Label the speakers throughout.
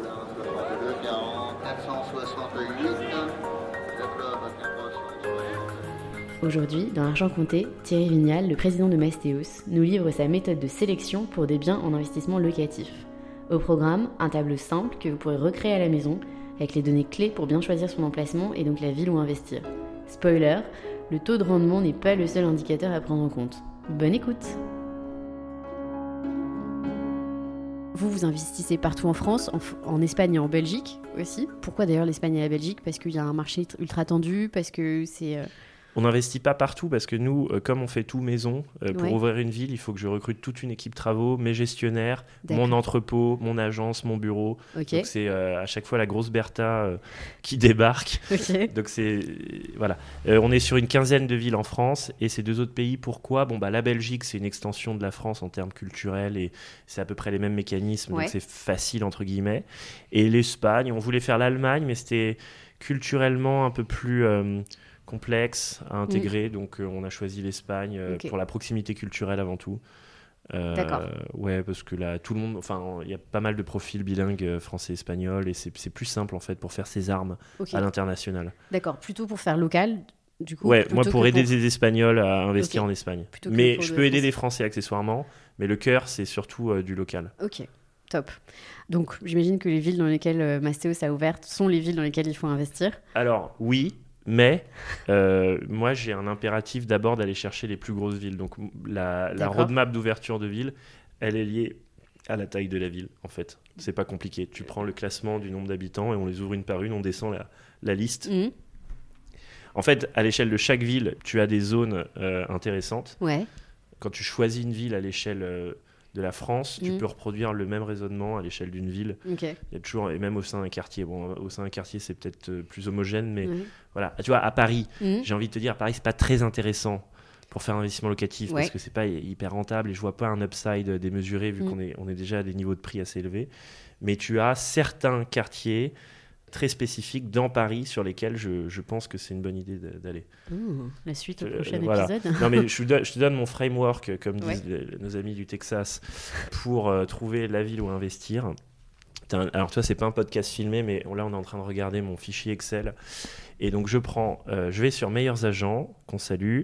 Speaker 1: Le club en 468, le club à 468.
Speaker 2: Aujourd'hui, dans Argent Compté, Thierry Vignal, le président de Mastéos, nous livre sa méthode de sélection pour des biens en investissement locatif. Au programme, un tableau simple que vous pourrez recréer à la maison, avec les données clés pour bien choisir son emplacement et donc la ville où investir. Spoiler, le taux de rendement n'est pas le seul indicateur à prendre en compte. Bonne écoute Vous, vous investissez partout en France, en, F- en Espagne et en Belgique aussi. Pourquoi d'ailleurs l'Espagne et la Belgique Parce qu'il y a un marché t- ultra tendu, parce que c'est... euh,
Speaker 3: On n'investit pas partout parce que nous, euh, comme on fait tout maison, euh, pour
Speaker 2: Ouais.
Speaker 3: ouvrir une ville, il faut que je recrute toute une équipe travaux, mes gestionnaires,
Speaker 2: D'accord.
Speaker 3: mon entrepôt, mon agence, mon bureau.
Speaker 2: Ok,
Speaker 3: Donc c'est euh, à chaque fois la grosse Bertha euh, qui débarque.
Speaker 2: ok.
Speaker 3: Donc c'est voilà, Euh, on est sur une quinzaine de villes en France et ces deux autres pays. Pourquoi Bon bah la Belgique, c'est une extension de la France en termes culturels et c'est à peu près les mêmes mécanismes,
Speaker 2: Ouais.
Speaker 3: donc c'est facile entre guillemets. Et l'Espagne, on voulait faire l'Allemagne, mais c'était culturellement un peu plus euh, complexe à intégrer, donc euh, on a choisi l'Espagne euh,
Speaker 2: Mm. Ok.
Speaker 3: pour la proximité culturelle avant tout. Euh,
Speaker 2: D'accord.
Speaker 3: Ouais, parce que là, tout le monde, enfin, il y a pas mal de profils bilingues euh, français-espagnol et c'est c'est plus simple en fait pour faire ses armes
Speaker 4: Ok,
Speaker 3: à l'international.
Speaker 4: d'accord. Plutôt pour faire local, du coup.
Speaker 3: Ouais,
Speaker 4: plutôt
Speaker 3: moi
Speaker 4: que
Speaker 3: pour aider des Espagnols à investir
Speaker 4: Ok.
Speaker 3: en Espagne.
Speaker 4: Plutôt que
Speaker 3: mais
Speaker 4: pour
Speaker 3: je
Speaker 4: le
Speaker 3: peux aider
Speaker 4: français.
Speaker 3: des Français accessoirement, mais le cœur c'est surtout euh, du local.
Speaker 4: Ok, top. Donc, j'imagine que les villes dans lesquelles euh, Mastéos a ouvert sont les villes dans lesquelles il faut investir.
Speaker 3: Alors oui, mais euh, moi j'ai un impératif d'abord d'aller chercher les plus grosses villes. Donc m- la, la
Speaker 4: D'accord.
Speaker 3: roadmap d'ouverture de ville, elle est liée à la taille de la ville en fait. C'est pas compliqué. Tu prends le classement du nombre d'habitants et on les ouvre une par une, on descend la, la liste.
Speaker 4: Mhm,
Speaker 3: En fait, à l'échelle de chaque ville, tu as des zones euh, intéressantes.
Speaker 4: Ouais,
Speaker 3: quand tu choisis une ville à l'échelle euh, de la France, tu
Speaker 4: Mm.
Speaker 3: peux reproduire le même raisonnement à l'échelle d'une ville.
Speaker 4: ok.
Speaker 3: Il y a toujours, et même au sein d'un quartier. Bon, au sein d'un quartier, c'est peut-être euh, plus homogène, mais
Speaker 4: ouais.
Speaker 3: voilà. Ah, Tu vois, à Paris,
Speaker 4: Mhm,
Speaker 3: j'ai envie de te dire, à Paris, c'est pas très intéressant pour faire un investissement locatif
Speaker 4: Ouais.
Speaker 3: parce que c'est pas hy- hyper rentable et je vois pas un upside euh, démesuré vu
Speaker 4: Mm.
Speaker 3: qu'on est, on est déjà à des niveaux de prix assez élevés. Mais tu as certains quartiers très spécifiques dans Paris sur lesquels je, je pense que c'est une bonne idée de- d'aller.
Speaker 4: Ouh, la suite au
Speaker 3: Euh,
Speaker 4: prochain
Speaker 3: voilà.
Speaker 4: épisode.
Speaker 3: Non, mais je, vous donne- je te donne mon framework, euh, comme disent les- nos amis du Texas, pour euh, trouver la ville où investir. T'as un- Alors, toi, c'est pas un podcast filmé, mais on- là, on est en train de regarder mon fichier Excel. Et donc, je prends, euh, je vais sur Meilleurs Agents, qu'on salue.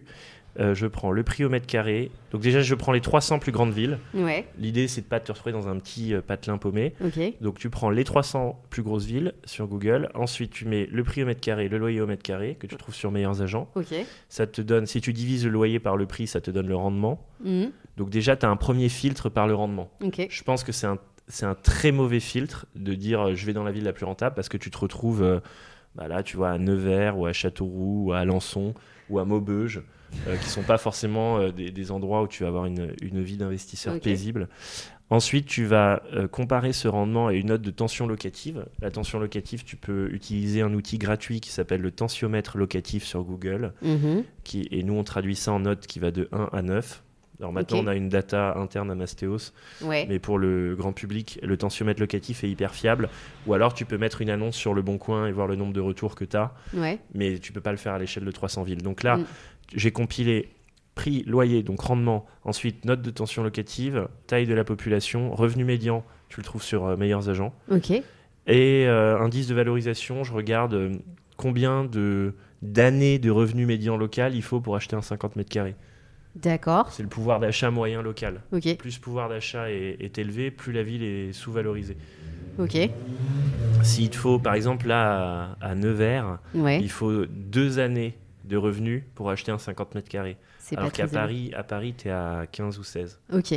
Speaker 3: Euh, je prends le prix au mètre carré. Donc, déjà, je prends les 300 plus grandes villes.
Speaker 4: Ouais,
Speaker 3: L'idée, c'est de pas te retrouver dans un petit euh, patelin paumé.
Speaker 4: ok.
Speaker 3: Donc, tu prends les 300 plus grosses villes sur Google. Ensuite, tu mets le prix au mètre carré, le loyer au mètre carré, que tu trouves sur Meilleurs Agents
Speaker 4: Ok.
Speaker 3: ça te donne, si tu divises le loyer par le prix, ça te donne le rendement.
Speaker 4: Mhm,
Speaker 3: Donc déjà, tu as un premier filtre par le rendement.
Speaker 4: Ok.
Speaker 3: Je pense que c'est un, c'est un très mauvais filtre de dire euh, je vais dans la ville la plus rentable parce que tu te retrouves euh, bah là, tu vois, à Nevers ou à Châteauroux ou à Alençon ou à Maubeuge, euh, qui sont pas forcément euh, des, des endroits où tu vas avoir une, une vie d'investisseur
Speaker 4: Ok.
Speaker 3: paisible. Ensuite, tu vas euh, comparer ce rendement à une note de tension locative. La tension locative, tu peux utiliser un outil gratuit qui s'appelle le tensiomètre locatif sur Google
Speaker 4: Mhm,
Speaker 3: qui- et nous on traduit ça en note qui va de 1 à 9. Alors maintenant
Speaker 4: Ok.
Speaker 3: on a une data interne à Mastéos,
Speaker 4: Ouais.
Speaker 3: mais pour le grand public, le tensiomètre locatif est hyper fiable. Ou alors tu peux mettre une annonce sur le bon coin et voir le nombre de retours que tu as,
Speaker 4: Ouais.
Speaker 3: mais tu peux pas le faire à l'échelle de 300 villes. Donc là,
Speaker 4: Mm.
Speaker 3: j'ai compilé prix, loyer, donc rendement, ensuite note de tension locative, taille de la population, revenu médian, tu le trouves sur euh, Meilleurs Agents,
Speaker 2: Ok.
Speaker 3: et euh, indice de valorisation, je regarde euh, combien de d'années de revenu médian local il faut pour acheter un 50 mètres carrés.
Speaker 2: D'accord.
Speaker 3: C'est le pouvoir d'achat moyen local.
Speaker 2: Ok.
Speaker 3: Plus ce pouvoir d'achat est, est élevé, plus la ville est sous-valorisée.
Speaker 2: Ok.
Speaker 3: S'il te faut, par exemple, là, à, à Nevers,
Speaker 2: Ouais.
Speaker 3: il faut deux années de revenus pour acheter un 50 mètres carrés.
Speaker 2: C'est pas
Speaker 3: Alors
Speaker 2: très
Speaker 3: qu'à
Speaker 2: élevé.
Speaker 3: Paris, à Paris, t'es à 15 ou 16.
Speaker 2: Ok.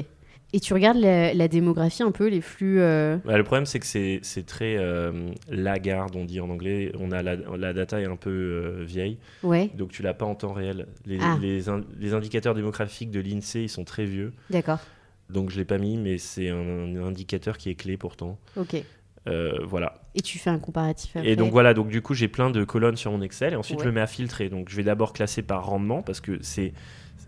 Speaker 2: Et tu regardes la, la démographie un peu, les flux. euh,
Speaker 3: Bah, le problème, c'est que c'est c'est très euh, lagarde, on dit en anglais. On a la, la data est un peu euh, vieille,
Speaker 2: Ouais.
Speaker 3: donc tu l'as pas en temps réel. Les,
Speaker 2: Ah.
Speaker 3: les in- les indicateurs démographiques de l'INSEE, ils sont très vieux,
Speaker 2: D'accord.
Speaker 3: donc je l'ai pas mis, mais c'est un, un indicateur qui est clé pourtant.
Speaker 2: Ok.
Speaker 3: Euh, voilà.
Speaker 2: Et tu fais un comparatif après.
Speaker 3: Et donc voilà, donc du coup j'ai plein de colonnes sur mon Excel et ensuite
Speaker 2: Ouais.
Speaker 3: je le mets à filtrer. Donc je vais d'abord classer par rendement parce que c'est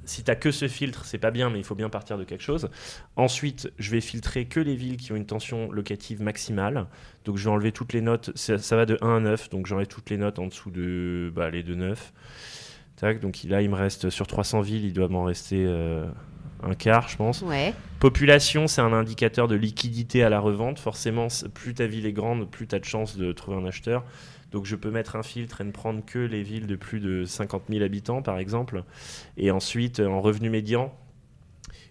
Speaker 3: si t'as que ce filtre, c'est pas bien, mais il faut bien partir de quelque chose. Ensuite, je vais filtrer que les villes qui ont une tension locative maximale. Donc je vais enlever toutes les notes. Ça, ça va de 1 à 9, donc j'enlève toutes les notes en dessous de bah, les 2 9. Tac, donc là il me reste sur 300 villes, il doit m'en rester euh, un quart, je pense.
Speaker 2: Ouais.
Speaker 3: Population, c'est un indicateur de liquidité à la revente. Forcément, c'est- plus ta ville est grande, plus tu as de chances de trouver un acheteur. Donc je peux mettre un filtre et ne prendre que les villes de plus de 50 000 habitants, par exemple. Et ensuite, euh, en revenu médian,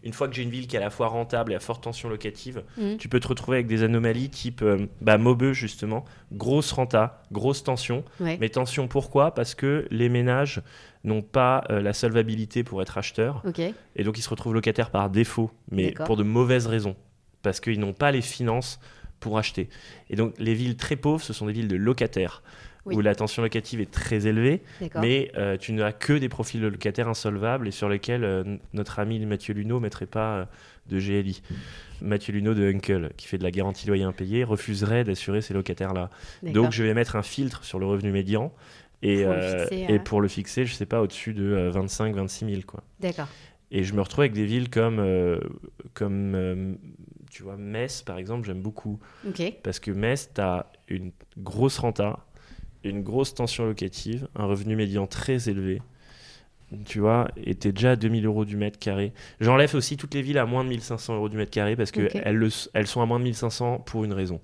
Speaker 3: une fois que j'ai une ville qui est à la fois rentable et à forte tension locative,
Speaker 2: Mm.
Speaker 3: tu peux te retrouver avec des anomalies type euh, bah, Maubeu, justement. Grosse renta, grosse tension.
Speaker 2: Ouais.
Speaker 3: Mais tension, pourquoi Parce que les ménages n'ont pas euh, la solvabilité pour être acheteurs.
Speaker 2: Ok.
Speaker 3: Et donc ils se retrouvent locataires par défaut, mais
Speaker 2: D'accord.
Speaker 3: pour de mauvaises raisons, parce qu'ils n'ont pas les finances pour acheter. Et donc les villes très pauvres, ce sont des villes de locataires,
Speaker 2: Oui.
Speaker 3: où la tension locative est très élevée,
Speaker 2: D'accord.
Speaker 3: mais euh, tu n'as que des profils de locataires insolvables et sur lesquels euh, n- notre ami Mathieu Luneau ne mettrait pas euh, de GLI. Mathieu Luneau de Uncle, qui fait de la garantie loyer impayé, refuserait d'assurer ces locataires-là.
Speaker 2: D'accord.
Speaker 3: Donc je vais mettre un filtre sur le revenu médian. Et
Speaker 2: Pour le
Speaker 3: euh,
Speaker 2: fixer hein. à-
Speaker 3: et pour le fixer, je sais pas, au-dessus de euh, 25-26 000. Quoi.
Speaker 2: D'accord.
Speaker 3: Et je me retrouve avec des villes comme, euh, comme euh, tu vois, Metz, par exemple, j'aime beaucoup.
Speaker 2: Ok.
Speaker 3: Parce que Metz, tu as une grosse renta, une grosse tension locative, un revenu médian très élevé. Tu vois, et t'es déjà à 2000 euros du mètre carré. J'enlève aussi toutes les villes à moins de 1500 euros du mètre carré parce qu'elles
Speaker 2: Ok.
Speaker 3: elles sont à moins de 1500 pour une raison.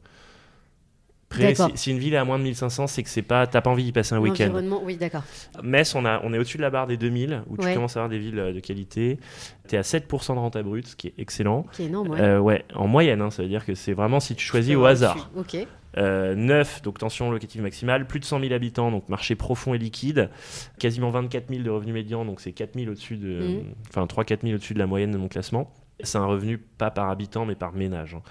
Speaker 3: Après, si,
Speaker 2: D'accord.
Speaker 3: si une ville est à moins de 1500, c'est que c'est pas, t'as pas envie d'y passer un week-end.
Speaker 2: L'environnement, oui, d'accord.
Speaker 3: Metz, on, a, on est au-dessus de la barre des 2000, où
Speaker 2: Ouais.
Speaker 3: tu commences à avoir des villes euh, de qualité. Tu es à 7% de renta brute, ce qui est excellent.
Speaker 2: Qui est énorme, ouais.
Speaker 3: Euh, ouais, en moyenne, hein, ça veut dire que c'est vraiment si tu choisis au
Speaker 2: Euh,
Speaker 3: hasard.
Speaker 2: tu- Ok.
Speaker 3: Euh, 9, donc tension locative maximale, plus de 100 000 habitants, donc marché profond et liquide, quasiment 24 000 de revenus médians, donc c'est 4 000 au-dessus de,
Speaker 2: Mhm.
Speaker 3: enfin 3-4 000 au-dessus de la moyenne de mon classement. C'est un revenu pas par habitant, mais par ménage. hein.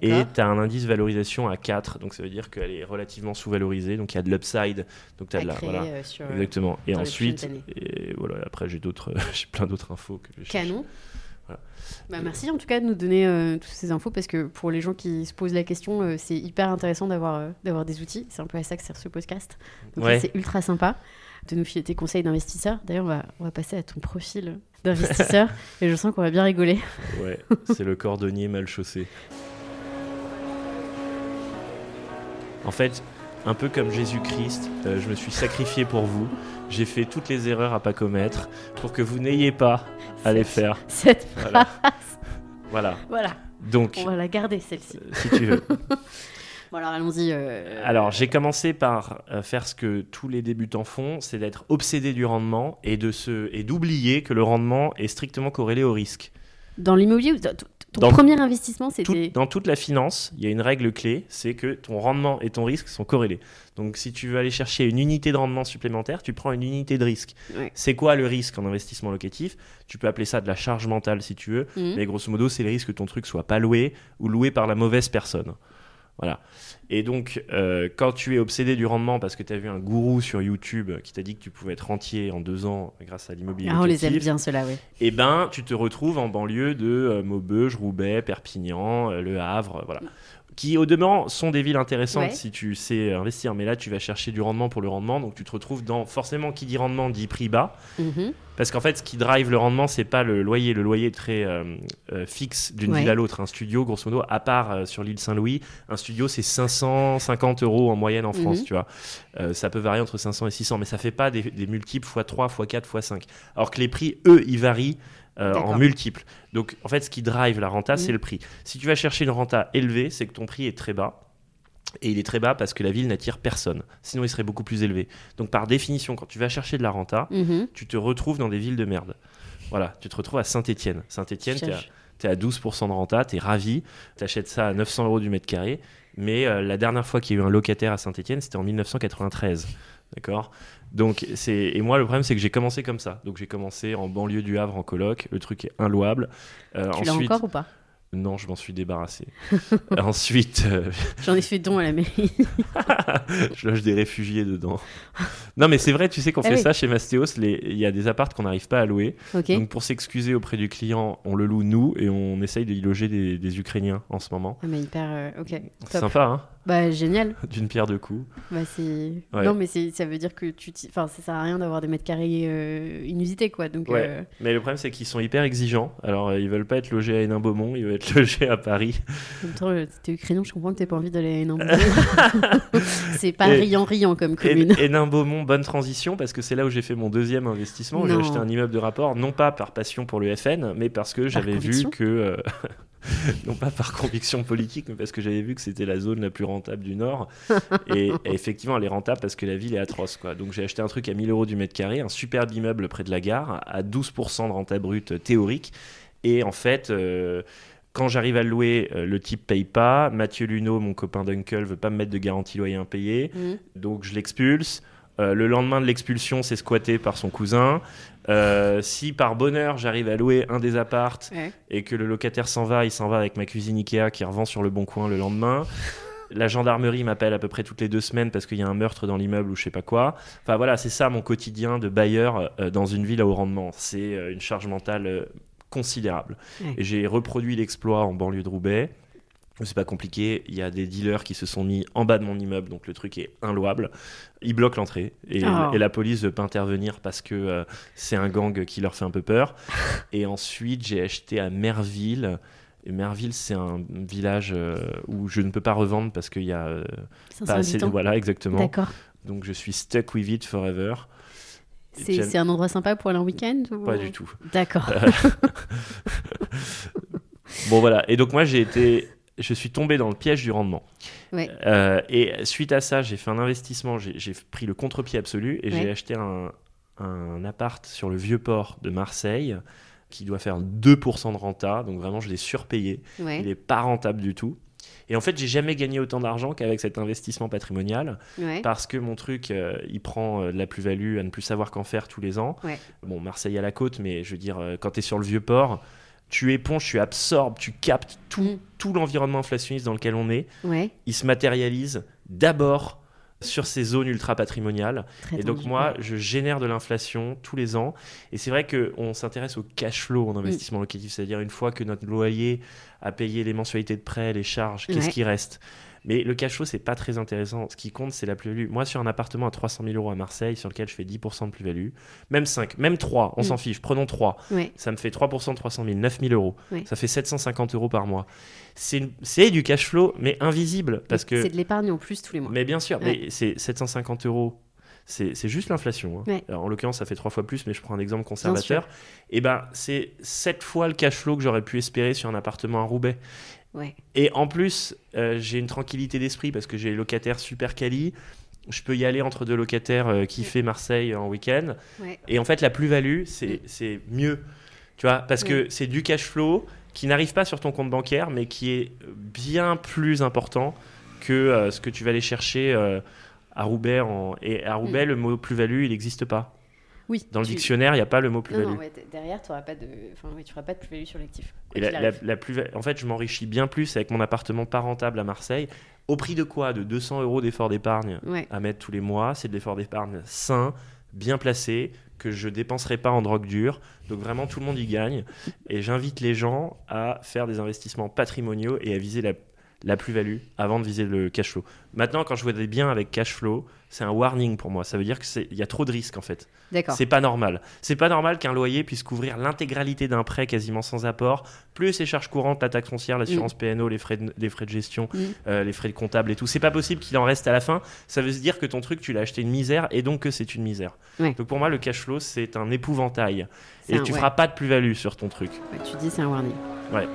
Speaker 3: Et
Speaker 2: D'accord.
Speaker 3: tu as un indice valorisation à 4, donc ça veut dire qu'elle est relativement sous-valorisée, donc il y a de l'upside, donc tu as
Speaker 2: À
Speaker 3: de la,
Speaker 2: créer,
Speaker 3: voilà.
Speaker 2: euh, sur, euh,
Speaker 3: Exactement. Et
Speaker 2: dans les
Speaker 3: ensuite,
Speaker 2: prochaines
Speaker 3: et voilà, après j'ai d'autres, j'ai plein d'autres infos que je cherche.
Speaker 2: Canon.
Speaker 3: Voilà.
Speaker 2: Bah, merci en tout cas de nous donner euh, toutes ces infos parce que pour les gens qui se posent la question, euh, c'est hyper intéressant d'avoir euh, d'avoir des outils. C'est un peu à ça que sert ce podcast. Donc ça,
Speaker 3: Ouais.
Speaker 2: c'est ultra sympa de nous filer tes conseils d'investisseurs. D'ailleurs, on va, on va passer à ton profil d'investisseur et je sens qu'on va bien rigoler.
Speaker 3: Ouais, c'est le cordonnier mal chaussé. En fait, un peu comme Jésus-Christ, euh, je me suis sacrifié pour vous. J'ai fait toutes les erreurs à pas commettre pour que vous n'ayez pas à les faire.
Speaker 2: Cette
Speaker 3: Voilà.
Speaker 2: phrase,
Speaker 3: Voilà.
Speaker 2: voilà,
Speaker 3: Donc,
Speaker 2: on va la garder celle-ci.
Speaker 3: euh, si tu veux.
Speaker 2: Bon alors allons-y. euh,
Speaker 3: Alors, j'ai commencé par euh, faire ce que tous les débutants font, c'est d'être obsédé du rendement et de se et d'oublier que le rendement est strictement corrélé au risque.
Speaker 2: Dans l'immobilier, ou t- t- ton
Speaker 3: Dans-
Speaker 2: premier investissement,
Speaker 3: Tout-
Speaker 2: c'était
Speaker 3: dans toute la finance, il y a une règle clé, c'est que ton rendement et ton risque sont corrélés. Donc si tu veux aller chercher une unité de rendement supplémentaire, tu prends une unité de risque.
Speaker 2: Ouais.
Speaker 3: C'est quoi le risque en investissement locatif Tu peux appeler ça de la charge mentale si tu veux,
Speaker 2: Mhm.
Speaker 3: mais grosso modo, c'est le risque que ton truc soit pas loué ou loué par la mauvaise personne. Voilà. Et donc, euh, quand tu es obsédé du rendement parce que tu as vu un gourou sur YouTube qui t'a dit que tu pouvais être rentier en deux ans grâce à l'immobilier
Speaker 2: Ah, on les aime
Speaker 3: locatif,
Speaker 2: bien ceux-là, oui.
Speaker 3: eh ben, tu te retrouves en banlieue de euh, Maubeuge, Roubaix, Perpignan, euh, Le Havre, euh, voilà. Qui, au demeurant, sont des villes intéressantes
Speaker 2: Ouais.
Speaker 3: si tu sais
Speaker 2: Mmh.
Speaker 3: investir. Mais là, tu vas chercher du rendement pour le rendement. Donc, tu te retrouves dans. Forcément, qui dit rendement dit prix bas. Parce qu'en fait, ce qui drive le rendement, c'est pas le loyer. Le loyer est très euh, euh, fixe d'une
Speaker 2: Ouais.
Speaker 3: ville à l'autre. Un studio, grosso modo, à part euh, sur l'île Saint-Louis, un studio, c'est 550 euros en moyenne en France,
Speaker 2: Mhm.
Speaker 3: tu vois. Euh, ça peut varier entre 500 et 600, mais ça fait pas des, des multiples x3, x4, x5. Alors que les prix, eux, ils varient euh, en
Speaker 2: D'accord.
Speaker 3: multiples. Donc, en fait, ce qui drive la renta, c'est
Speaker 2: Mhm.
Speaker 3: le prix. Si tu vas chercher une renta élevée, c'est que ton prix est très bas. Et il est très bas parce que la ville n'attire personne. Sinon, il serait beaucoup plus élevé. Donc, par définition, quand tu vas chercher de la renta,
Speaker 2: Mhm.
Speaker 3: tu te retrouves dans des villes de merde. Voilà, tu te retrouves à Saint-Etienne. Saint-Etienne, t'es à,
Speaker 2: Cherche.
Speaker 3: t'es à 12% de renta, t'es ravi, t'achètes ça à 900 euros du mètre carré. Mais euh, la dernière fois qu'il y a eu un locataire à Saint-Etienne, c'était en 1993. D'accord Donc, c'est. Et moi, le problème, c'est que j'ai commencé comme ça. Donc, j'ai commencé en banlieue du Havre en coloc. Le truc est inlouable. Euh,
Speaker 2: Tu l'as
Speaker 3: ensuite-
Speaker 2: encore ou pas
Speaker 3: Non, je m'en suis débarrassé. ensuite, euh,
Speaker 2: J'en ai fait don à la mairie.
Speaker 3: je loge des réfugiés dedans. non, mais c'est vrai, tu sais qu'on
Speaker 2: Ah
Speaker 3: fait
Speaker 2: oui.
Speaker 3: ça chez Mastéos. les- Il y a des appartes qu'on n'arrive pas à louer.
Speaker 2: Ok.
Speaker 3: Donc pour s'excuser auprès du client, on le loue nous et on essaye d'y loger des, des Ukrainiens en ce moment.
Speaker 2: Ah, mais hyper. euh, ok.
Speaker 3: C'est
Speaker 2: Top.
Speaker 3: sympa, hein
Speaker 2: Bah, génial.
Speaker 3: D'une pierre deux coups.
Speaker 2: Bah, c'est.
Speaker 3: Ouais.
Speaker 2: Non, mais c'est- ça veut dire que tu. t'y- Enfin, ça sert à rien d'avoir des mètres carrés euh, inusités, quoi. Donc,
Speaker 3: Ouais.
Speaker 2: euh,
Speaker 3: Mais le problème, c'est qu'ils sont hyper exigeants. Alors, euh, ils veulent pas être logés à Hénin-Beaumont, ils veulent être logés à Paris.
Speaker 2: en même temps, euh, t'es ukrainien, je comprends que t'aies pas envie d'aller à une ambassade. C'est pas
Speaker 3: Et-
Speaker 2: riant-riant comme commune.
Speaker 3: Hé- Hénin-Beaumont, bonne transition, parce que c'est là où j'ai fait mon deuxième investissement. où J'ai
Speaker 2: Non.
Speaker 3: acheté un immeuble de rapport, non pas par passion pour le FN, mais parce que j'avais vu
Speaker 2: conviction
Speaker 3: que. euh, non pas par conviction politique, mais parce que j'avais vu que c'était la zone la plus rentable du Nord. et, et effectivement, elle est rentable parce que la ville est atroce. Quoi. Donc j'ai acheté un truc à 1000 euros du mètre carré, un superbe immeuble près de la gare, à 12% de renta brute euh, théorique. Et en fait. euh, quand j'arrive à le louer, euh, le type paye pas. Mathieu Luneau, mon copain d'Uncle, veut pas me mettre de garantie loyer impayé.
Speaker 2: Mhm.
Speaker 3: Donc je l'expulse. Euh, le lendemain de l'expulsion, c'est squatté par son cousin. Euh, si par bonheur j'arrive à louer un des appartes
Speaker 2: Ouais.
Speaker 3: et que le locataire s'en va, il s'en va avec ma cuisine Ikea qui revend sur le bon coin le lendemain. La gendarmerie m'appelle à peu près toutes les deux semaines parce qu'il y a un meurtre dans l'immeuble ou je sais pas quoi. Enfin voilà, c'est ça mon quotidien de bailleur euh, dans une ville à haut rendement. C'est euh, une charge mentale euh, considérable.
Speaker 2: Ouais.
Speaker 3: Et j'ai reproduit l'exploit en banlieue de Roubaix. C'est pas compliqué, il y a des dealers qui se sont mis en bas de mon immeuble, donc le truc est inlouable. Ils bloquent l'entrée et,
Speaker 2: Oh.
Speaker 3: et la police ne veut pas intervenir parce que euh, c'est un gang qui leur fait un peu peur. et ensuite, j'ai acheté à Merville. Et Merville, c'est un village euh, où je ne peux pas revendre parce qu'il y a euh,
Speaker 2: 500
Speaker 3: pas assez de-
Speaker 2: habitants.
Speaker 3: Voilà, exactement.
Speaker 2: D'accord.
Speaker 3: Donc je suis stuck with it forever. Et
Speaker 2: C'est
Speaker 3: j'aime-
Speaker 2: c'est un endroit sympa pour aller en week-end ou-
Speaker 3: Pas du tout.
Speaker 2: D'accord.
Speaker 3: Bon voilà, et donc moi j'ai été, je suis tombé dans le piège du rendement.
Speaker 2: Ouais.
Speaker 3: Euh, et suite à ça, j'ai fait un investissement, j'ai j'ai pris le contre-pied absolu et j'ai
Speaker 2: Ouais.
Speaker 3: acheté un, un appart sur le vieux port de Marseille qui doit faire 2% de renta, donc vraiment je l'ai surpayé.
Speaker 2: Ouais.
Speaker 3: Il n'est pas rentable du tout. Et en fait, j'ai jamais gagné autant d'argent qu'avec cet investissement patrimonial
Speaker 2: Ouais.
Speaker 3: parce que mon truc, euh, il prend euh, de la plus-value à ne plus savoir qu'en faire tous les ans.
Speaker 2: Ouais.
Speaker 3: Bon, Marseille à la côte, mais je veux dire, euh, quand tu es sur le vieux port, tu éponges, tu absorbes, tu captes tout,
Speaker 2: Mhm.
Speaker 3: tout l'environnement inflationniste dans lequel on est.
Speaker 2: Ouais.
Speaker 3: Il se matérialise d'abord sur ces zones ultra-patrimoniales.
Speaker 2: Très
Speaker 3: Et donc
Speaker 2: tendu.
Speaker 3: moi, je génère de l'inflation tous les ans. Et c'est vrai qu'on s'intéresse au cash flow en investissement locatif, c'est-à-dire une fois que notre loyer a payé les mensualités de prêt, les charges, qu'est-ce
Speaker 2: Ouais.
Speaker 3: qui reste Mais le cash flow, c'est pas très intéressant. Ce qui compte, c'est la plus-value. Moi, sur un appartement à 300 000 euros à Marseille, sur lequel je fais 10% de plus-value, même 5, même 3, on
Speaker 2: Mm.
Speaker 3: s'en fiche, prenons 3,
Speaker 2: Ouais.
Speaker 3: ça me fait 3% de 300 000, 9 000 euros.
Speaker 2: Ouais.
Speaker 3: Ça fait 750 euros par mois. C'est une- c'est du cash flow, mais invisible. Parce que...
Speaker 2: C'est de l'épargne en plus tous les mois.
Speaker 3: Mais bien sûr,
Speaker 2: Ouais.
Speaker 3: mais c'est 750 euros. C'est c'est juste l'inflation. hein.
Speaker 2: Ouais.
Speaker 3: Alors, En l'occurrence, ça fait trois fois plus, mais je prends un exemple conservateur. Et ben, c'est sept fois le cash flow que j'aurais pu espérer sur un appartement à Roubaix.
Speaker 2: Ouais.
Speaker 3: Et en plus, euh, j'ai une tranquillité d'esprit parce que j'ai les locataires super quali. Je peux y aller entre deux locataires euh, qui fait Marseille en week-end.
Speaker 2: Ouais.
Speaker 3: Et en fait, la plus-value, c'est c'est mieux. Tu vois, parce que c'est du cash flow qui n'arrive pas sur ton compte bancaire, mais qui est bien plus important que euh, ce que tu vas aller chercher euh, à Roubaix. en- Et à Roubaix, le mot plus-value, il n'existe pas.
Speaker 2: Oui.
Speaker 3: Dans le
Speaker 2: Mm. tu-
Speaker 3: dictionnaire, il n'y a pas le mot
Speaker 2: Non,
Speaker 3: plus-value.
Speaker 2: non, ouais, t- derrière, tu n'auras pas de, enfin, ouais, tu auras pas de plus-value sur l'actif. quoi
Speaker 3: Et
Speaker 2: qu'il
Speaker 3: la,
Speaker 2: arrive.
Speaker 3: la- la plus en fait, je m'enrichis bien plus avec mon appartement pas rentable à Marseille. Au prix de quoi De 200 euros d'effort d'épargne
Speaker 2: Ouais.
Speaker 3: à mettre tous les mois. C'est de l'effort d'épargne sain, bien placé, que je dépenserai pas en drogue dure. Donc vraiment, tout le monde y gagne. Et j'invite les gens à faire des investissements patrimoniaux et à viser la, la plus-value avant de viser le cash flow. Maintenant, quand je vois des biens avec cash flow, c'est un warning pour moi. Ça veut dire qu'il y a trop de risques en fait.
Speaker 5: D'accord.
Speaker 3: C'est pas normal. C'est pas normal qu'un loyer puisse couvrir l'intégralité d'un prêt quasiment sans apport, plus les charges courantes, la taxe foncière, l'assurance PNO, les frais de, les frais de gestion,
Speaker 2: Mm.
Speaker 3: euh, les frais de comptable et tout. C'est pas possible qu'il en reste à la fin. Ça veut se dire que ton truc, tu l'as acheté une misère et donc que c'est une misère.
Speaker 2: Ouais.
Speaker 3: Donc pour moi, le cash flow, c'est un épouvantail.
Speaker 2: C'est
Speaker 3: Et
Speaker 2: un-
Speaker 3: tu
Speaker 2: ouais.
Speaker 3: feras pas de plus-value sur ton truc.
Speaker 2: Ouais, tu dis c'est un warning.
Speaker 3: Ouais.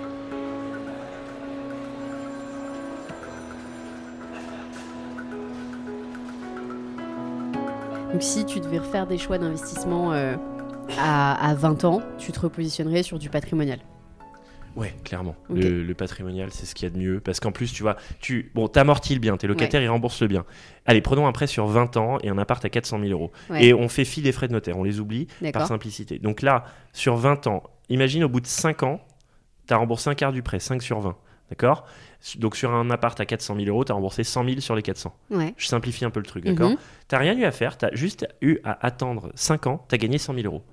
Speaker 2: Donc si tu devais refaire des choix d'investissement euh, à, à 20 ans, tu te repositionnerais sur du patrimonial.
Speaker 3: Ouais, clairement.
Speaker 2: Ok.
Speaker 3: Le, le patrimonial, c'est ce qu'il y a de mieux. Parce qu'en plus, tu vois, tu bon, t'amortis le bien, tes locataires, ils remboursent le bien. Allez, prenons un prêt sur 20 ans et un appart à 400 000 euros.
Speaker 2: Ouais.
Speaker 3: Et on fait fi des frais de notaire, on les oublie par
Speaker 2: D'accord.
Speaker 3: simplicité. Donc là, sur 20 ans, imagine au bout de 5 ans, tu as remboursé un quart du prêt, 5 sur 20. D'accord Donc sur un appart à 400 000 euros, tu as remboursé 100 000 sur les 400.
Speaker 2: Ouais.
Speaker 3: Je simplifie un peu le truc, d'accord
Speaker 2: Mhm.
Speaker 3: T'as rien eu à faire, t'as juste eu à attendre 5 ans, t'as gagné 100 000 euros.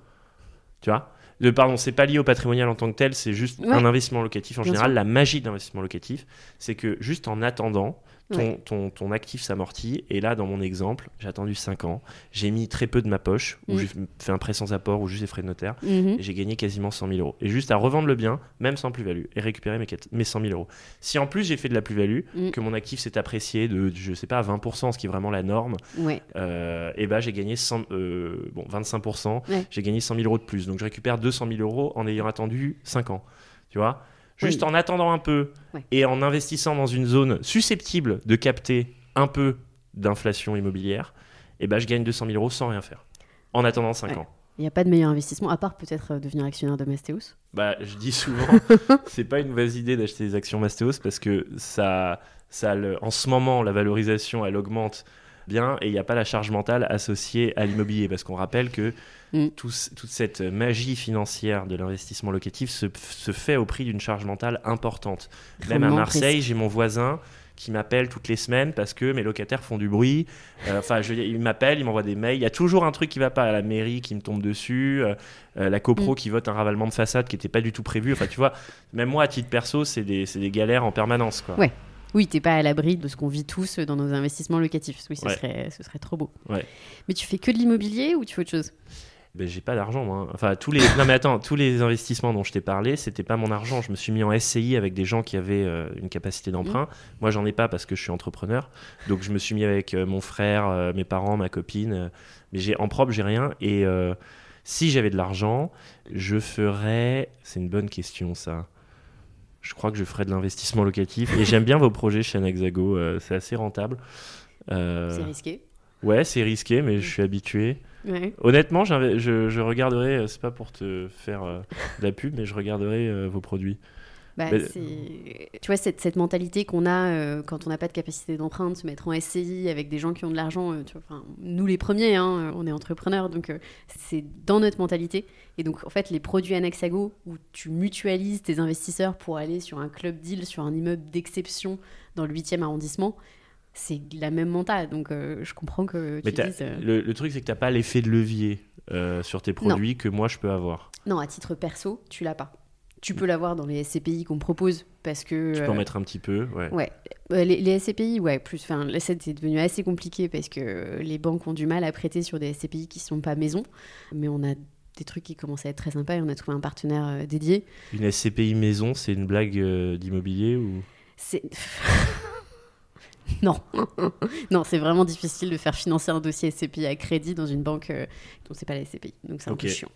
Speaker 3: Tu vois de, Pardon, c'est pas lié au patrimonial en tant que tel, c'est juste
Speaker 2: Ouais.
Speaker 3: un investissement locatif. En
Speaker 2: Bien
Speaker 3: général, la magie de l'investissement locatif, c'est que juste en attendant, ton, ton, ton actif s'amortit. Et là, dans mon exemple, j'ai attendu 5 ans, j'ai mis très peu de ma poche, ou
Speaker 2: Mm.
Speaker 3: j'ai fait un prêt sans apport, ou juste des frais de notaire,
Speaker 2: Mhm.
Speaker 3: et j'ai gagné quasiment 100 000 euros. Et juste à revendre le bien, même sans plus-value, et récupérer mes, quatre- mes 100 000 euros. Si en plus j'ai fait de la plus-value,
Speaker 2: Mm.
Speaker 3: que mon actif s'est apprécié de, je sais pas, à 20%, ce qui est vraiment la norme,
Speaker 2: Ouais.
Speaker 3: euh, et ben j'ai gagné 100, euh, bon, 25%,
Speaker 2: Ouais.
Speaker 3: j'ai gagné 100 000 euros de plus. Donc je récupère 200 000 euros en ayant attendu 5 ans. Tu vois Juste en attendant un peu
Speaker 2: Ouais.
Speaker 3: et en investissant dans une zone susceptible de capter un peu d'inflation immobilière, et ben je gagne 200 000 euros sans rien faire. En attendant 5
Speaker 2: Ouais.
Speaker 3: ans.
Speaker 2: Il n'y a pas de meilleur investissement, à part peut-être euh, devenir actionnaire de Mastéos.
Speaker 3: Bah, je dis souvent, c'est pas une mauvaise idée d'acheter des actions Mastéos parce que ça, ça le- en ce moment, la valorisation, elle augmente bien et il n'y a pas la charge mentale associée à l'immobilier parce qu'on rappelle que
Speaker 2: Mm.
Speaker 3: tout ce- toute cette magie financière de l'investissement locatif se, se fait au prix d'une charge mentale importante. Même à
Speaker 2: Grandement
Speaker 3: Marseille, j'ai mon voisin qui m'appelle toutes les semaines parce que mes locataires font du bruit. Euh, Enfin, je veux dire, il m'appelle, il m'envoie des mails. Il y a toujours un truc qui va pas. à La mairie qui me tombe dessus, euh, euh, la copro qui vote un ravalement de façade qui n'était pas du tout prévu. Enfin, tu vois, même moi, à titre perso, c'est des, c'est des galères en permanence. Quoi.
Speaker 2: Ouais. Oui, t'es pas à l'abri de ce qu'on vit tous euh, dans nos investissements locatifs. Oui, ce,
Speaker 3: Ouais.
Speaker 2: serait, ce serait trop beau.
Speaker 3: Ouais.
Speaker 2: Mais tu fais que de l'immobilier ou tu fais autre chose
Speaker 3: Ben, j'ai pas d'argent, moi. Enfin, tous les... non, mais attends, tous les investissements dont je t'ai parlé, c'était pas mon argent. Je me suis mis en SCI avec des gens qui avaient euh, une capacité d'emprunt.
Speaker 2: Mmh.
Speaker 3: Moi, j'en ai pas parce que je suis entrepreneur. Donc, je me suis mis avec euh, mon frère, euh, mes parents, ma copine. euh, mais j'ai en propre, j'ai rien. Et euh, si j'avais de l'argent, je ferais. C'est une bonne question, ça. Je crois que je ferais de l'investissement locatif. Et j'aime bien vos projets chez Anaxago. euh, c'est assez rentable. Euh,
Speaker 2: C'est risqué. Mmh.
Speaker 3: Ouais, c'est risqué, mais je suis habitué.
Speaker 2: Ouais.
Speaker 3: Honnêtement, j'inv- je, je regarderai, euh, c'est pas pour te faire euh, de la pub, mais je regarderai euh, vos produits.
Speaker 2: Bah,
Speaker 3: Mais-
Speaker 2: c'est- Tu vois, cette, cette mentalité qu'on a euh, quand on n'a pas de capacité d'emprunt, de se mettre en SCI avec des gens qui ont de l'argent, euh, tu vois, enfin, nous les premiers, hein, euh, on est entrepreneurs, donc euh, c'est dans notre mentalité. Et donc, en fait, les produits Anaxago, où tu mutualises tes investisseurs pour aller sur un club deal, sur un immeuble d'exception dans le 8e arrondissement, c'est la même menta. Donc, euh, je comprends que tu
Speaker 3: Mais t'as-
Speaker 2: dises... euh,
Speaker 3: le, le truc, c'est que t'as pas l'effet de levier euh, sur tes produits que moi je peux avoir.
Speaker 2: Non, à titre perso, tu l'as pas. Tu peux l'avoir dans les SCPI qu'on propose, parce que...
Speaker 3: Tu peux en
Speaker 2: euh,
Speaker 3: mettre un petit peu, ouais.
Speaker 2: Ouais, Euh, les, les SCPI, ouais, plus. Enfin, là, ça, c'est devenu assez compliqué parce que euh, les banques ont du mal à prêter sur des SCPI qui sont pas maison. Mais on a des trucs qui commencent à être très sympas et on a trouvé un partenaire euh, dédié.
Speaker 3: Une SCPI maison, c'est une blague euh, d'immobilier ou
Speaker 2: C'est. non. non, c'est vraiment difficile de faire financer un dossier SCPI à crédit dans une banque euh, dont c'est pas la SCPI. Donc c'est un peu
Speaker 3: Ok.
Speaker 2: chiant.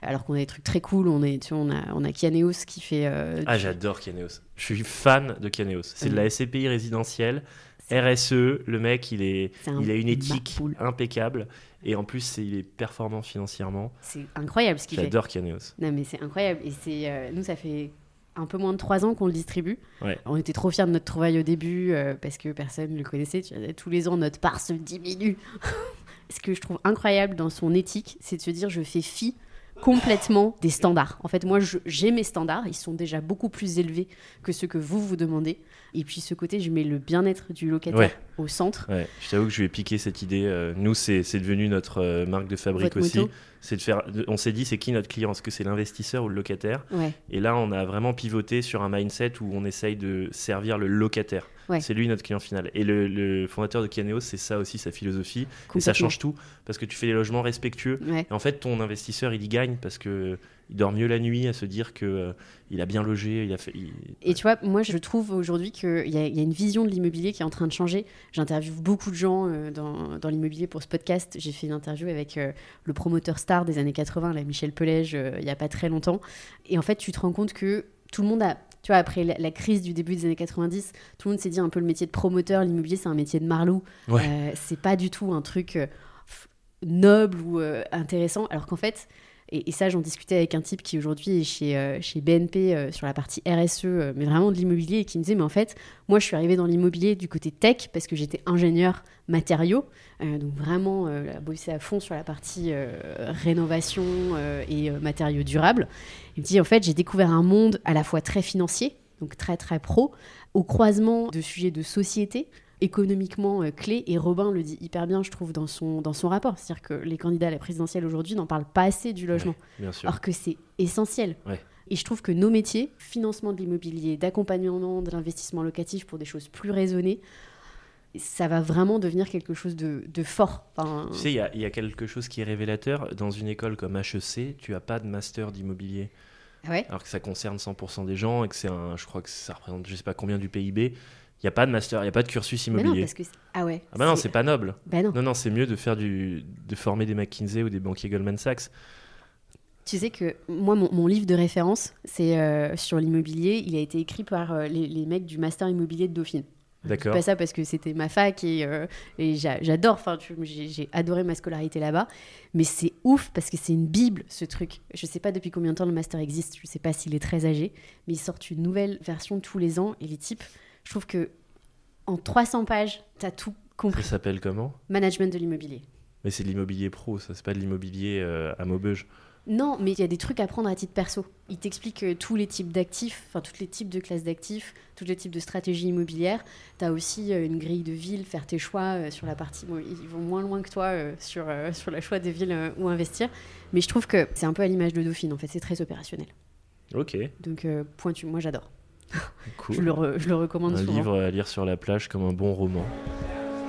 Speaker 2: Alors qu'on a des trucs très cool. On, est, tu vois, on, a, on a Kianeos qui fait. euh,
Speaker 3: Ah,
Speaker 2: du-
Speaker 3: j'adore Caneos. Je suis fan de Caneos. C'est de
Speaker 2: Mm.
Speaker 3: la SCPI résidentielle, RSE. Le mec, il est,
Speaker 2: c'est un
Speaker 3: il a une éthique
Speaker 2: maboule.
Speaker 3: impeccable et en plus, c'est- il est performant financièrement.
Speaker 2: C'est incroyable ce qu'il fait.
Speaker 3: J'adore Caneos.
Speaker 2: Non, mais c'est incroyable. Et c'est, euh, nous, ça fait un peu moins de trois ans qu'on le distribue.
Speaker 3: Ouais.
Speaker 2: On était trop fiers de notre travail au début euh, parce que personne ne le connaissait. Tu vois, tous les ans, notre part se diminue. Ce que je trouve incroyable dans son éthique, c'est de se dire je fais fi complètement des standards. En fait, moi, je- j'ai mes standards. Ils sont déjà beaucoup plus élevés que ceux que vous vous demandez. Et puis, ce côté, je mets le bien-être du locataire
Speaker 3: Ouais.
Speaker 2: au centre.
Speaker 3: Ouais, je t'avoue que je lui ai piqué cette idée. Euh, nous, c'est c'est devenu notre euh, marque de fabrique
Speaker 2: Votre
Speaker 3: aussi.
Speaker 2: moto
Speaker 3: C'est de faire. On s'est dit, c'est qui notre client Est-ce que c'est l'investisseur ou le locataire
Speaker 2: Ouais.
Speaker 3: Et là, on a vraiment pivoté sur un mindset où on essaye de servir le locataire.
Speaker 2: Ouais.
Speaker 3: C'est lui notre client final. Et le, le fondateur de Kianeos, c'est ça aussi sa philosophie. Et ça change tout parce que tu fais des logements respectueux.
Speaker 2: complètement. Ouais.
Speaker 3: Et en fait, ton investisseur, il y gagne parce que il dort mieux la nuit à se dire que euh, il a bien logé, il a fait. il-
Speaker 2: Et tu vois, moi, je trouve aujourd'hui qu'il y, a- il y a une vision de l'immobilier qui est en train de changer. J'interviewe beaucoup de gens euh, dans, dans l'immobilier pour ce podcast. J'ai fait une interview avec euh, le promoteur star des années 80, là, Michel Pelège, euh, il n'y a pas très longtemps. Et en fait, tu te rends compte que tout le monde a... Tu vois, après la, la crise du début des années 90, tout le monde s'est dit un peu le métier de promoteur, l'immobilier, c'est un métier de marlou.
Speaker 3: Ouais.
Speaker 2: Euh, c'est pas du tout un truc euh, f- noble ou euh, intéressant. Alors qu'en fait, et, et ça, j'en discutais avec un type qui aujourd'hui est chez, euh, chez BNP euh, sur la partie RSE, euh, mais vraiment de l'immobilier, et qui me disait, mais en fait, moi, je suis arrivée dans l'immobilier du côté tech parce que j'étais ingénieur matériaux, euh, donc vraiment euh, à bosser à fond sur la partie euh, rénovation euh, et euh, matériaux durables. Il me dit, en fait, j'ai découvert un monde à la fois très financier, donc très très pro, au croisement de sujets de société économiquement euh, clés, et Robin le dit hyper bien je trouve dans son, dans son rapport c'est-à-dire que les candidats à la présidentielle aujourd'hui n'en parlent pas assez du logement
Speaker 3: Bien sûr.
Speaker 2: alors que c'est essentiel.
Speaker 3: Ouais.
Speaker 2: Et je trouve que nos métiers, financement de l'immobilier, d'accompagnement de l'investissement locatif pour des choses plus raisonnées, ça va vraiment devenir quelque chose de, de fort. Enfin,
Speaker 3: Tu sais, il y a- il y, a quelque chose qui est révélateur. Dans une école comme HEC, tu as pas de master d'immobilier.
Speaker 2: ah ouais
Speaker 3: Alors que ça concerne 100% des gens et que c'est un. Je crois que ça représente je sais pas combien du PIB. Il n'y a pas de master, il n'y a pas de cursus
Speaker 2: Mais
Speaker 3: immobilier.
Speaker 2: non, parce que c'est- ah ouais.
Speaker 3: Ah bah non, c'est pas noble.
Speaker 2: Bah non.
Speaker 3: Non, non, c'est mieux de faire du, de former des McKinsey ou des banquiers Goldman Sachs.
Speaker 2: Tu sais que moi, mon, mon livre de référence, c'est euh, sur l'immobilier. Il a été écrit par euh, les, les mecs du master immobilier de Dauphine.
Speaker 3: D'accord.
Speaker 2: Pas ça parce que c'était ma fac et, euh, et j'a- j'adore, enfin tu- j'ai j'ai adoré ma scolarité là-bas, mais c'est ouf parce que c'est une bible ce truc. Je sais pas depuis combien de temps le master existe, je sais pas s'il est très âgé, mais ils sortent une nouvelle version tous les ans et les types, je trouve que en 300 pages, t'as tout
Speaker 3: Ça
Speaker 2: compris.
Speaker 3: s'appelle comment
Speaker 2: Management de l'immobilier.
Speaker 3: Mais c'est de l'immobilier pro, ça, c'est pas de l'immobilier euh, à Maubeuge.
Speaker 2: Non, mais il y a des trucs à prendre à titre perso. Il t'explique euh, tous les types d'actifs, enfin tous les types de classes d'actifs, tous les types de stratégies immobilières. T'as aussi euh, une grille de villes, faire tes choix euh, sur la partie. bon, ils vont moins loin que toi euh, sur, euh, sur le choix des villes euh, où investir. Mais je trouve que c'est un peu à l'image de Dauphine, en fait, c'est très opérationnel.
Speaker 3: Ok,
Speaker 2: Donc euh, pointu, moi j'adore.
Speaker 3: cool.
Speaker 2: Je, le re- je le recommande
Speaker 3: un
Speaker 2: souvent.
Speaker 3: livre à lire sur la plage comme un bon roman.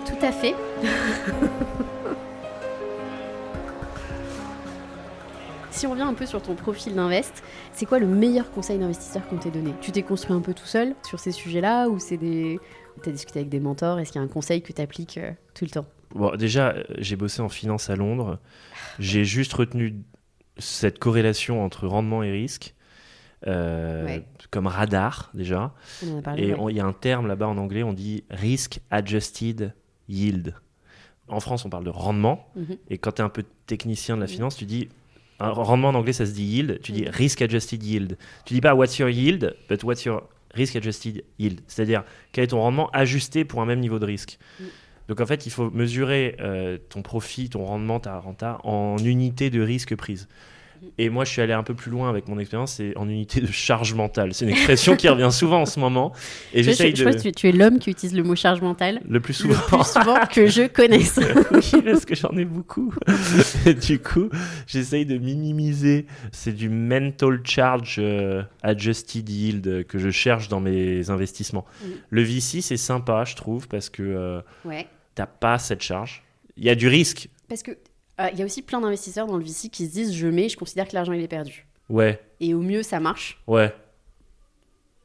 Speaker 2: Tout à fait. si on revient un peu sur ton profil d'invest, c'est quoi le meilleur conseil d'investisseur qu'on t'ait donné Tu t'es construit un peu tout seul sur ces sujets-là ou c'est des... T'as discuté avec des mentors Est-ce qu'il y a un conseil que t'appliques euh, tout le temps
Speaker 3: Bon, déjà, euh, j'ai bossé en finance à Londres. J'ai juste retenu cette corrélation entre rendement et risque euh,
Speaker 2: Ouais.
Speaker 3: comme radar déjà.
Speaker 2: On en a parlé.
Speaker 3: Et
Speaker 2: ouais.
Speaker 3: on- il y a un terme là-bas en anglais, on dit risk adjusted yield. En France, on parle de rendement.
Speaker 2: Mhm.
Speaker 3: Et quand tu es un peu technicien de la
Speaker 2: Mhm.
Speaker 3: finance, tu dis. Un rendement en anglais, ça se dit yield. Tu dis
Speaker 2: Mhm.
Speaker 3: risk adjusted yield. Tu dis pas what's your yield, but what's your risk adjusted yield. C'est-à-dire quel est ton rendement ajusté pour un même niveau de risque.
Speaker 2: Mhm.
Speaker 3: Donc en fait, il faut mesurer euh, ton profit, ton rendement, ta renta en unité de risque prise.
Speaker 2: Mm.
Speaker 3: Et moi, je suis allé un peu plus loin avec mon expérience, c'est en unité de charge mentale. C'est une expression qui revient souvent en ce moment. Et
Speaker 2: Je,
Speaker 3: j'essaye
Speaker 2: je- je pense
Speaker 3: de.
Speaker 2: que tu, tu es l'homme qui utilise le mot charge mentale
Speaker 3: Le plus
Speaker 2: le
Speaker 3: souvent.
Speaker 2: plus souvent que je connaisse.
Speaker 3: Oui, parce que j'en ai beaucoup. Et du coup, j'essaye de minimiser. C'est du mental charge euh, adjusted yield que je cherche dans mes investissements.
Speaker 2: Oui.
Speaker 3: Le VC, c'est sympa, je trouve, parce que euh,
Speaker 2: ouais.
Speaker 3: t'as pas cette charge. Il y a du risque.
Speaker 2: Parce que euh, il y a aussi plein d'investisseurs dans le VC qui se disent je mets, je considère que l'argent il est perdu.
Speaker 3: Ouais,
Speaker 2: Et au mieux ça marche.
Speaker 3: ouais.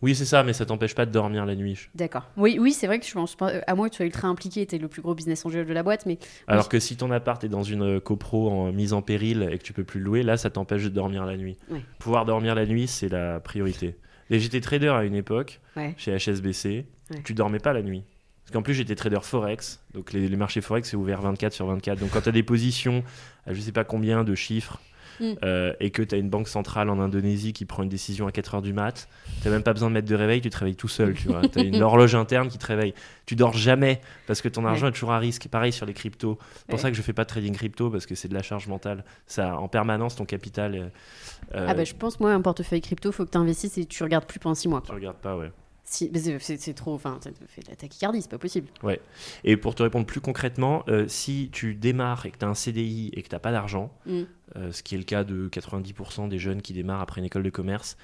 Speaker 3: Oui, c'est ça, mais ça t'empêche pas de dormir la nuit.
Speaker 2: D'accord. Oui, oui c'est vrai que je pense pas. euh, À moins que tu sois ultra impliqué, t'es le plus gros business angel de la boîte, mais
Speaker 3: Alors que si ton appart est dans une euh, copro en mise en péril et que tu peux plus le louer, là, ça t'empêche de dormir la nuit.
Speaker 2: Ouais.
Speaker 3: Pouvoir dormir la nuit, c'est la priorité. Et j'étais trader à une époque,
Speaker 2: Ouais.
Speaker 3: chez HSBC.
Speaker 2: Ouais.
Speaker 3: Tu dormais pas la nuit. Parce qu'en plus, j'étais trader Forex. Donc, les, les marchés Forex, c'est ouvert 24 sur 24. Donc, quand tu as des positions à je sais pas combien de chiffres
Speaker 2: Mm.
Speaker 3: euh, et que tu as une banque centrale en Indonésie qui prend une décision à 4 heures du mat, tu même pas besoin de mettre de réveil, tu te réveilles tout seul. Tu vois. as une horloge interne qui te réveille. Tu dors jamais parce que ton argent est toujours à risque. Pareil sur les cryptos. C'est pour
Speaker 2: Ouais.
Speaker 3: ça que je fais pas de trading crypto parce que c'est de la charge mentale. Ça, en permanence, ton capital. euh,
Speaker 2: ah
Speaker 3: euh,
Speaker 2: bah, je pense, moi, un portefeuille crypto, faut que tu investisses et tu regardes plus pendant 6 mois.
Speaker 3: tu
Speaker 2: quoi.
Speaker 3: regardes pas, ouais.
Speaker 2: Si, mais c'est- c'est c'est trop. Enfin, ça te fait de la tachycardie, c'est pas possible.
Speaker 3: Et pour te répondre plus concrètement, euh, si tu démarres et que tu as un CDI et que tu n'as pas d'argent,
Speaker 2: Mm.
Speaker 3: euh, ce qui est le cas de 90% des jeunes qui démarrent après une école de commerce,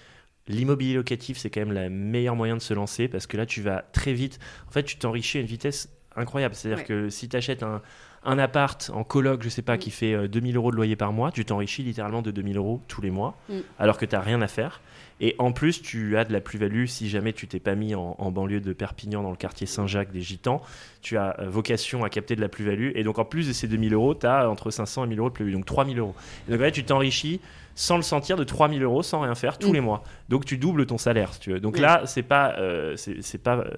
Speaker 3: l'immobilier locatif, c'est quand même le meilleur moyen de se lancer parce que là, tu vas très vite. En fait, tu t'enrichis à une vitesse incroyable. C'est-à-dire
Speaker 2: Ouais.
Speaker 3: que si tu achètes un, un appart en coloc, je sais pas,
Speaker 2: Mm.
Speaker 3: qui fait euh, 2000 euros de loyer par mois, tu t'enrichis littéralement de 2000 euros tous les mois
Speaker 2: Mm.
Speaker 3: alors que tu n'as rien à faire. Et en plus, tu as de la plus-value si jamais tu t'es pas mis en, en banlieue de Perpignan, dans le quartier Saint-Jacques des Gitans. Tu as euh, vocation à capter de la plus-value. Et donc, en plus de ces 2000 euros, tu as entre 500 et 1000 euros de plus-value. Donc, 3000 euros. Et donc, là, tu t'enrichis sans le sentir de 3000 euros, sans rien faire tous
Speaker 2: Mm.
Speaker 3: les mois. Donc, tu doubles ton salaire, si tu veux. Donc,
Speaker 2: Ouais.
Speaker 3: là, c'est pas, euh, c'est c'est pas euh,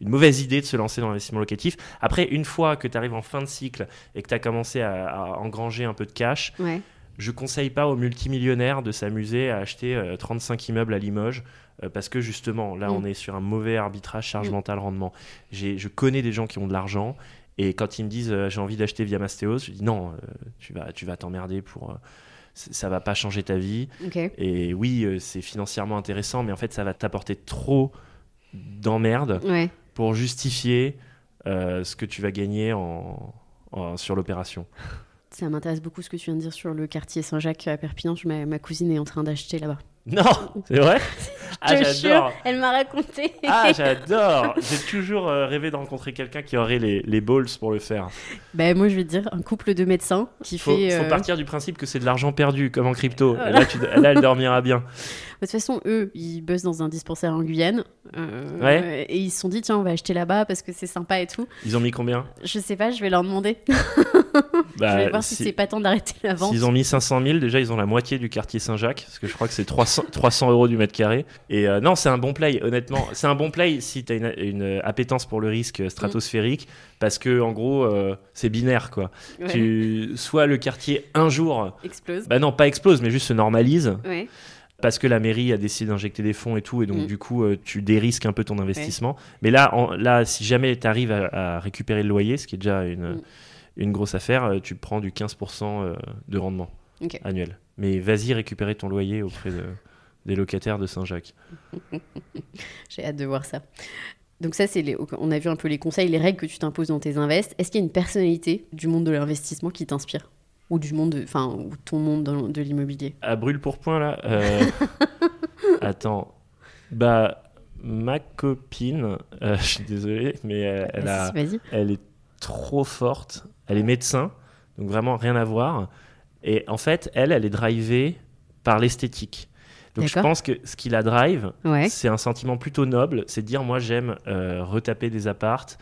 Speaker 3: une mauvaise idée de se lancer dans l'investissement locatif. Après, une fois que tu arrives en fin de cycle et que tu as commencé à- à engranger un peu de cash,
Speaker 2: Ouais.
Speaker 3: je conseille pas aux multimillionnaires de s'amuser à acheter euh, 35 immeubles à Limoges euh, parce que justement, là,
Speaker 2: Mm.
Speaker 3: on est sur un mauvais arbitrage charge
Speaker 2: Mm.
Speaker 3: mentale rendement. J'ai- Je connais des gens qui ont de l'argent et quand ils me disent euh, j'ai envie d'acheter via Mastéos, je dis non, euh, tu vas tu vas t'emmerder pour euh, c- ça va pas changer ta vie.
Speaker 2: Ok.
Speaker 3: Et oui, euh, c'est financièrement intéressant, mais en fait, ça va t'apporter trop d'emmerdes
Speaker 2: Ouais.
Speaker 3: pour justifier euh, ce que tu vas gagner en- en- sur l'opération.
Speaker 2: Ça m'intéresse beaucoup ce que tu viens de dire sur le quartier Saint-Jacques à Perpignan. Je- ma, ma cousine est en train d'acheter là-bas.
Speaker 3: Non, c'est vrai Ah,
Speaker 2: Je te
Speaker 3: j'adore.
Speaker 2: jure, Elle m'a raconté.
Speaker 3: Ah, j'adore J'ai toujours euh, rêvé de rencontrer quelqu'un qui aurait les, les balls pour le faire.
Speaker 2: Ben moi je vais te dire un couple de médecins qui
Speaker 3: Faut,
Speaker 2: fait.
Speaker 3: faut
Speaker 2: euh, Ah,
Speaker 3: partir du principe que c'est de l'argent perdu, comme en crypto.
Speaker 2: Voilà.
Speaker 3: Et là, tu- là, elle dormira bien.
Speaker 2: De toute façon, eux, ils bossent dans un dispensaire en Guyane. euh,
Speaker 3: Ouais.
Speaker 2: Et ils se sont dit, tiens, on va acheter là-bas parce que c'est sympa et tout.
Speaker 3: Ils ont mis combien Bah,
Speaker 2: Je sais pas, je vais leur demander. je vais voir si, c'est pas temps d'arrêter la vente.
Speaker 3: S'ils ont mis 500 000, déjà, ils ont la moitié du quartier Saint-Jacques, parce que je crois que c'est 300, 300 euros du mètre carré. Et euh, non, c'est un bon play, honnêtement. C'est un bon play si t'as une, une appétence pour le risque euh, stratosphérique, parce que, en gros, euh, c'est binaire, quoi.
Speaker 2: Ouais,
Speaker 3: Tu, soit le quartier, un jour,
Speaker 2: Explose.
Speaker 3: bah non, pas explose, mais juste se normalise,
Speaker 2: Ouais.
Speaker 3: parce que la mairie a décidé d'injecter des fonds et tout, et donc
Speaker 2: Mm.
Speaker 3: du coup, euh, tu dérisques un peu ton investissement. Mais là, en- là, si jamais tu arrives à, à récupérer le loyer, ce qui est déjà une,
Speaker 2: Mm.
Speaker 3: une grosse affaire, euh, tu prends du 15% euh, de rendement
Speaker 2: Ok.
Speaker 3: annuel. Mais vas-y récupérer ton loyer auprès de- des locataires de Saint-Jacques.
Speaker 2: J'ai hâte de voir ça. Donc ça, c'est les... on a vu un peu les conseils, les règles que tu t'imposes dans tes invests. Est-ce qu'il y a une personnalité du monde de l'investissement qui t'inspire ou du monde, de- enfin, ou ton monde dans- de l'immobilier.
Speaker 3: À brûle pour point, là. euh, attends. Bah, ma copine, euh, je suis désolé, mais elle, elle a.
Speaker 2: Vas-y, Vas-y.
Speaker 3: elle est trop forte. Elle est médecin, donc vraiment rien à voir. Et en fait, elle, elle est drivée par l'esthétique. Donc je
Speaker 2: D'accord.
Speaker 3: pense que ce qui la drive,
Speaker 2: Ouais.
Speaker 3: c'est un sentiment plutôt noble. C'est de dire, moi, j'aime euh, retaper des appartes.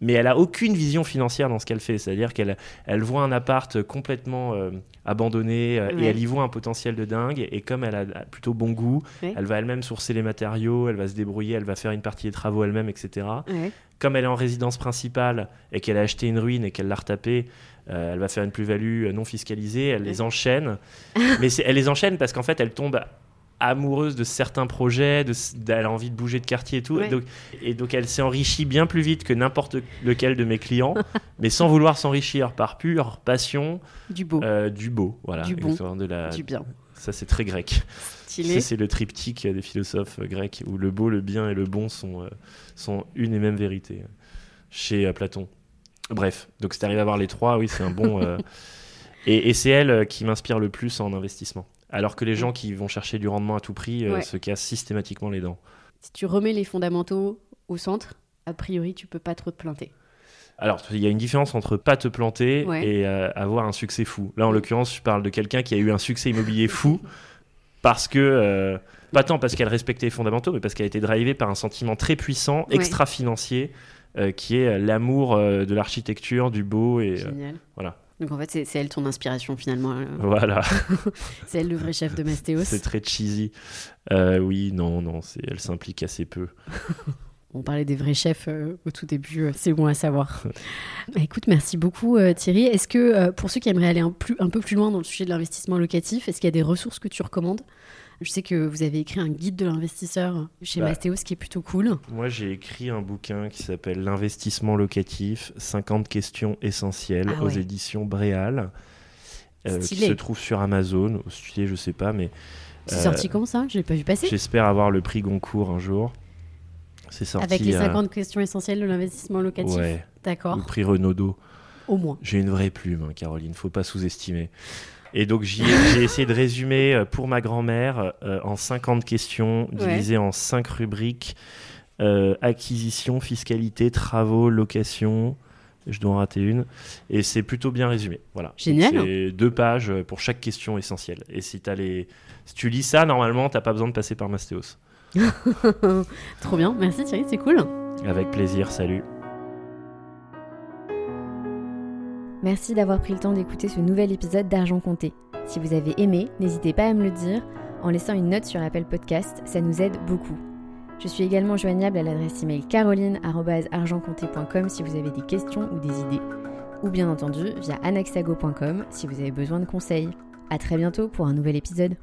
Speaker 3: Mais elle a aucune vision financière dans ce qu'elle fait. C'est-à-dire qu'elle elle voit un appart complètement euh, abandonné euh,
Speaker 2: Ouais.
Speaker 3: et elle y voit un potentiel de dingue. Et comme elle a a plutôt bon goût,
Speaker 2: Ouais.
Speaker 3: elle va elle-même sourcer les matériaux, elle va se débrouiller, elle va faire une partie des travaux elle-même, etc
Speaker 2: Ouais.
Speaker 3: comme elle est en résidence principale et qu'elle a acheté une ruine et qu'elle l'a retapée, euh, elle va faire une plus-value euh, non fiscalisée, elle les enchaîne. Mais c'est- elle les enchaîne parce qu'en fait, elle tombe amoureuse de certains projets, de, s- elle a envie de bouger de quartier et tout.
Speaker 2: Ouais.
Speaker 3: Et, donc, et donc, elle s'est enrichie bien plus vite que n'importe lequel de mes clients, mais sans vouloir s'enrichir par pure passion
Speaker 2: Du beau,
Speaker 3: euh, du beau. Voilà,
Speaker 2: Du bon,
Speaker 3: exactement, de la-
Speaker 2: du bien.
Speaker 3: Ça, c'est très grec.
Speaker 2: Stylé.
Speaker 3: Ça, c'est le triptyque euh, des philosophes euh, grecs où le beau, le bien et le bon sont, euh, sont une et même vérité euh, chez euh, Platon. Bref, donc si t'arrives à voir les trois, oui, c'est un bon. euh, et et c'est elle euh, qui m'inspire le plus en investissement. Alors que les gens qui vont chercher du rendement à tout prix euh,
Speaker 2: Mm. Ouais.
Speaker 3: se cassent systématiquement les dents.
Speaker 2: Si tu remets les fondamentaux au centre, a priori, tu peux pas trop te planter.
Speaker 3: Alors, il y a une différence entre pas te planter
Speaker 2: Ouais. Mm.
Speaker 3: et euh, avoir un succès fou. Là, en l'occurrence, je parle de quelqu'un qui a eu un succès immobilier fou parce que, euh, pas tant parce qu'elle respectait les fondamentaux, mais parce qu'elle a été drivée par un sentiment très puissant,
Speaker 2: Ouais.
Speaker 3: extra-financier, euh, qui est euh, l'amour euh, de l'architecture, du beau et euh,
Speaker 2: Génial.
Speaker 3: voilà.
Speaker 2: Donc en fait, c'est c'est elle ton inspiration finalement. euh,
Speaker 3: voilà.
Speaker 2: C'est elle le vrai chef de
Speaker 3: C'est
Speaker 2: Mastéos.
Speaker 3: très cheesy. Euh, oui, non, non, c'est- elle s'implique assez peu.
Speaker 2: On parlait des vrais chefs euh, au tout début, euh, c'est bon à savoir. Bah, écoute, merci beaucoup euh, Thierry. Est-ce que euh, pour ceux qui aimeraient aller un, plus- un peu plus loin dans le sujet de l'investissement locatif, est-ce qu'il y a des ressources que tu recommandes Je sais que vous avez écrit un guide de l'investisseur chez
Speaker 3: Bah.
Speaker 2: Mastéos qui est plutôt cool.
Speaker 3: Moi, j'ai écrit un bouquin qui s'appelle L'investissement locatif 50 questions essentielles
Speaker 2: Ah
Speaker 3: aux
Speaker 2: ouais.
Speaker 3: éditions Bréal. euh, qui
Speaker 2: Stylé.
Speaker 3: se trouve sur Amazon, Au stylé, je sais pas, mais
Speaker 2: C'est
Speaker 3: Euh,
Speaker 2: sorti comment ça Je l'ai pas vu passer.
Speaker 3: j'espère avoir le prix Goncourt un jour. C'est sorti.
Speaker 2: Avec les
Speaker 3: euh,
Speaker 2: 50 questions essentielles de l'investissement locatif.
Speaker 3: Ouais,
Speaker 2: D'accord,
Speaker 3: le prix Renaudot.
Speaker 2: au moins.
Speaker 3: J'ai une vraie plume, hein, Caroline, faut pas sous-estimer. Et donc j'y ai- j'ai essayé de résumer euh, pour ma grand-mère euh, en 50 questions,
Speaker 2: Ouais.
Speaker 3: divisées en 5 rubriques euh, acquisition, fiscalité, travaux, location. Je dois en rater une. Et c'est plutôt bien résumé. Voilà. Donc,
Speaker 2: Génial.
Speaker 3: C'est deux pages euh, pour chaque question essentielle. Et si, t'as les... si tu lis ça, normalement, t'as pas besoin de passer par Mastéos.
Speaker 2: Trop bien, merci Thierry, c'est cool.
Speaker 3: Avec plaisir, salut.
Speaker 5: Merci d'avoir pris le temps d'écouter ce nouvel épisode d'Argent Compté. Si vous avez aimé, n'hésitez pas à me le dire. En laissant une note sur Apple Podcast, ça nous aide beaucoup. Je suis également joignable à l'adresse email caroline.argentcompté.com si vous avez des questions ou des idées. Ou bien entendu via anaxago.com si vous avez besoin de conseils. A très bientôt pour un nouvel épisode.